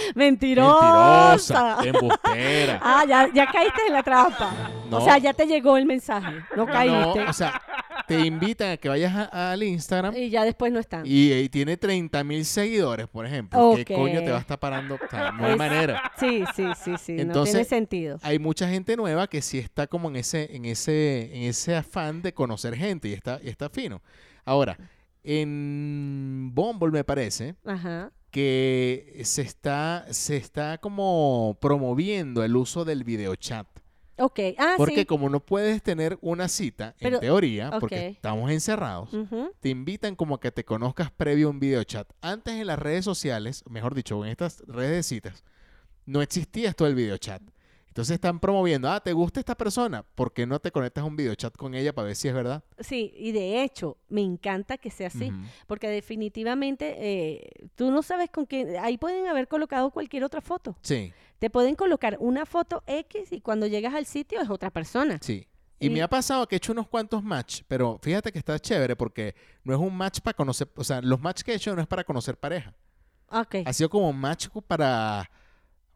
mentirosa, Mentirosa. embustera. Ah, ya, ya caíste en la trampa. O No. sea, ya te llegó el mensaje. (laughs) No caíste. No, o sea, te invitan a que vayas a- al Instagram Y ya después no están. Y, eh, tiene 30 mil seguidores, por ejemplo. ¿Qué Ok. coño te va a estar parando? O sea, no hay Es- manera. Sí, sí, sí, sí. Entonces- no tiene sentido. Hay mucha gente nueva que sí está como en ese, en ese, en ese afán de conocer gente y está, y está fino. Ahora, en Bumble me parece Ajá. que se está, se está como promoviendo el uso del videochat. Ok. Ah, Porque sí. como no puedes tener una cita, Pero- en teoría, porque ok. Mm. estamos encerrados, Ujú. te invitan como a que te conozcas previo a un videochat. Antes en las redes sociales, mejor dicho, en estas redes de citas, no existía esto del videochat. Entonces están promoviendo, ah, ¿te gusta esta persona? ¿Por qué no te conectas a un videochat con ella para ver si es verdad? Sí, y de hecho, me encanta que sea así. Ujú. Porque definitivamente eh, tú no sabes con quién. Ahí pueden haber colocado cualquier otra foto. Sí, Te pueden colocar una foto X y cuando llegas al sitio es otra persona. sí. Y, Y- me ha pasado que he hecho unos cuantos match, pero fíjate que está chévere porque no es un match para conocer, o sea, los match que he hecho no es para conocer pareja. Ok. Ha sido como un match para,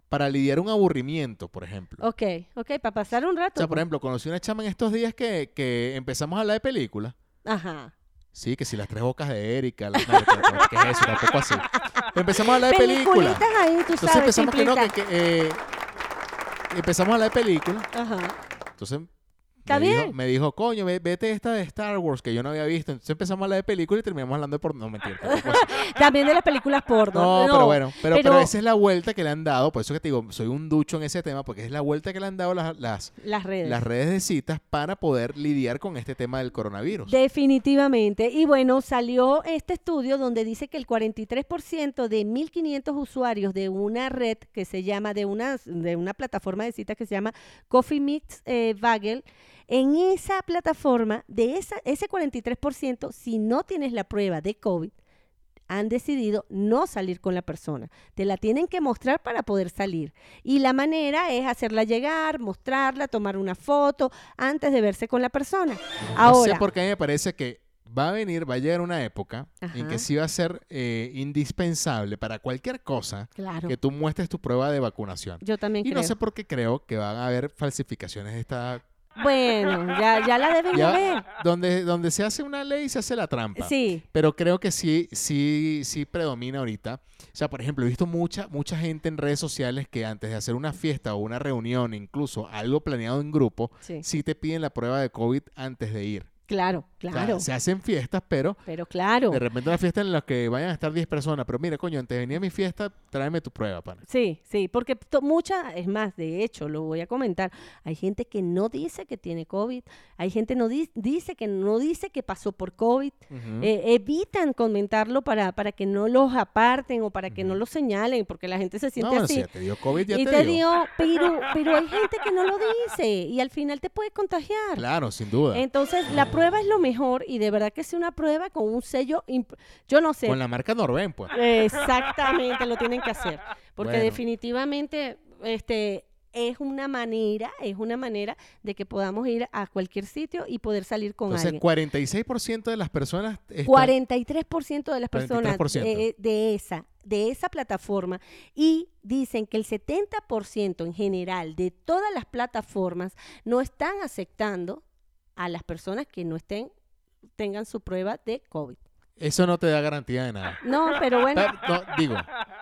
para lidiar un aburrimiento, por ejemplo. Ok, ok, para pasar un O rato. sea, por ejemplo, conocí una chama en estos días que, que empezamos a hablar de películas. Ajá. Sí, que si las tres bocas de Erika, las no, ¿qué es eso? Tampoco así. Empezamos a hablar de películas. Peliculitas ahí, tú Entonces sabes. empezamos que no, que, simplitas. que, eh, empezamos a hablar de películas. Ajá. Entonces Está me, dijo, bien. me dijo, coño, ve- vete esta de Star Wars que yo no había visto. Entonces empezamos a hablar de películas y terminamos hablando de porno. No, mentira. tampoco así. También de las películas porno. No, pero bueno, pero, pero pero- esa es la vuelta que le han dado. Por eso que te digo, soy un ducho en ese tema, porque es la vuelta que le han dado las- las, Las redes. las redes de citas para poder lidiar con este tema del coronavirus. Definitivamente. Y bueno, salió este estudio donde dice que el 43% de 1.500 usuarios de una red que se llama, de una, de una plataforma de citas que se llama Coffee Meets eh, Bagel, en esa plataforma, de esa, ese 43%, si no tienes la prueba de COVID, han decidido no salir con la persona. Te la tienen que mostrar para poder salir. Y la manera es hacerla llegar, mostrarla, tomar una foto antes de verse con la persona. No Ahora, sé por qué a mí me parece que va a venir, va a llegar una época en Ajá. que sí va a ser eh, indispensable para cualquier cosa claro, que tú muestres tu prueba de vacunación. yo también Y creo. no sé por qué creo que van a haber falsificaciones de esta... Bueno, ya, ya la deben de ver. Ya, donde, donde se hace una ley, se hace la trampa. Sí, Pero creo que sí, sí, sí predomina ahorita. O sea, por ejemplo, he visto mucha, mucha gente en redes sociales que antes de hacer una fiesta o una reunión, incluso algo planeado en grupo, sí, sí te piden la prueba de COVID antes de ir. claro, O sea, claro. se hacen fiestas, pero Pero claro, de repente una fiesta en la que vayan a estar 10 personas. Pero mira, coño, antes de venir a mi fiesta, tráeme tu prueba, pana. sí, sí, porque to- mucha, es más, de hecho, lo voy a comentar, hay gente que no dice que tiene COVID, hay gente no di- dice que no dice que pasó por COVID, Ujú. Eh, evitan comentarlo para, para que no los aparten o para que no los señalen, porque la gente se No, siente bueno, si así. ya te dio COVID, ya y te, te dio. digo, pero, pero hay gente que no lo dice y al final te puede contagiar. Claro, sin duda. Entonces, la prueba es lo mejor y de verdad que es una prueba con un sello, imp- yo no sé, Con la marca Norben, Ah, pues. Exactamente, lo tienen que hacer. Porque Bueno. definitivamente este, es una manera, es una manera de que podamos ir a cualquier sitio y poder salir con Entonces, alguien. 46% de las personas están- 43% de las personas 43%. eh, de esa de esa plataforma y dicen que el 70% en general de todas las plataformas no están aceptando a las personas que no estén tengan su prueba de COVID. Eso no te da garantía de nada. Ah, No, pero bueno, Pero, no, digo,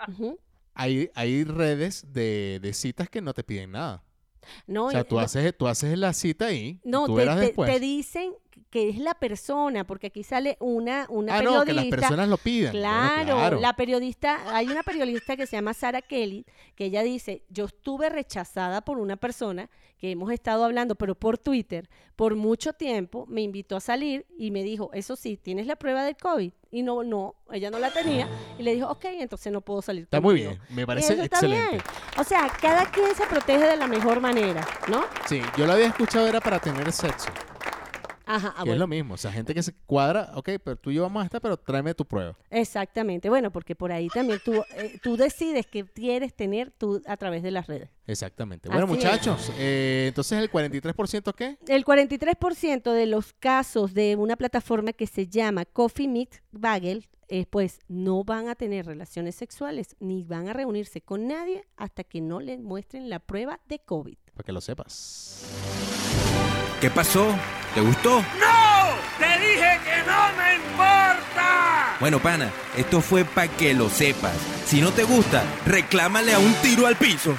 ujú. hay, hay redes de, de citas que no te piden nada. no o sea, y- tú, haces, tú haces la cita ahí, y No, tú te, verás te- después. te dicen que es la persona, porque aquí sale una, una ah, periodista. no, que las personas lo pidan. Bueno, Claro, claro. la periodista, hay una periodista que se llama Sara Kelly, que ella dice, yo estuve rechazada por una persona que hemos estado hablando, pero por Twitter, por mucho tiempo, me invitó a salir y me dijo, eso sí, tienes la prueba del COVID. Y no, no, ella no la tenía. Y le dijo, ok, entonces no puedo salir. Está muy contigo". bien, me Y parece eso está excelente. bien. O sea, cada quien se protege de la mejor manera, ¿no? Sí, yo lo había escuchado, era para tener sexo. Ajá, ah, que es bueno. lo mismo. O sea, gente que se cuadra, ok, pero tú y yo vamos a estar, pero tráeme tu prueba. Exactamente, bueno, porque por ahí también tú, eh, tú decides qué quieres tener tú a través de las redes. Exactamente. Bueno, Así es. muchachos, eh, entonces el 43% ¿qué? El 43% de los casos de una plataforma que se llama Coffee Mix Bagel, eh, pues no van a tener relaciones sexuales ni van a reunirse con nadie hasta que no les muestren la prueba de COVID. Para que lo sepas. ¿Qué pasó? ¿Te gustó? ¡No! ¡Te dije que no me importa! Bueno, pana, esto fue para que lo sepas. Si no te gusta, reclámale a un tiro al piso.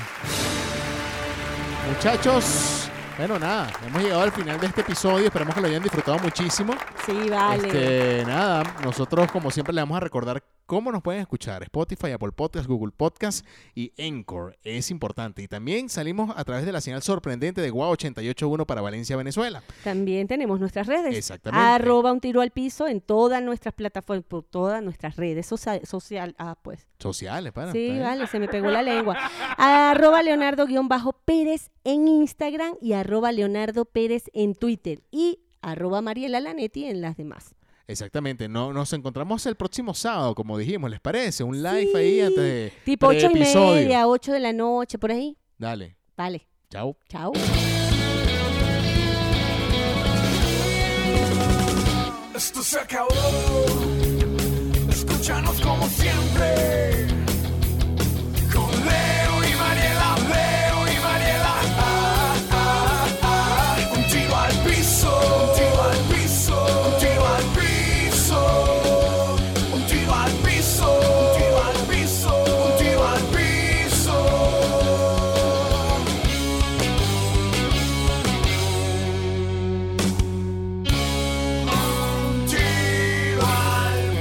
Muchachos, bueno, nada, hemos llegado al final de este episodio. Esperamos que lo hayan disfrutado muchísimo. Sí, vale. Este, nada, nosotros como siempre le vamos a recordar cómo nos pueden escuchar. Spotify, Apple Podcast, Google Podcast y Anchor. Es importante. Y también salimos a través de la señal sorprendente de Guau 881 para Valencia, Venezuela. También tenemos nuestras redes. Exactamente. Arroba un tiro al piso en todas nuestras plataformas, por todas nuestras redes sociales. Social, ah, pues. Sociales, para. Sí, vale, se me pegó la lengua. Arroba Leonardo-Pérez en Instagram y arroba Leonardo Pérez en Twitter y arroba Mariela Lanetti en las demás. Exactamente. No, nos encontramos el próximo sábado, como dijimos, ¿les parece? Un live ahí antes de Tipo ocho y preepisodio. media, ocho de la noche, por ahí. Dale. Vale, Chao. chao. Esto se acabó. Escúchanos como siempre. Con Leo y Mariela, Leo y Mariela. Ah, ah, ah. Un tiro al piso, un tiro al piso, un tiro al piso. Un tiro al piso, un tiro al piso, un tiro al piso. Un tiro al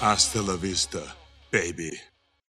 Hasta la vista, baby.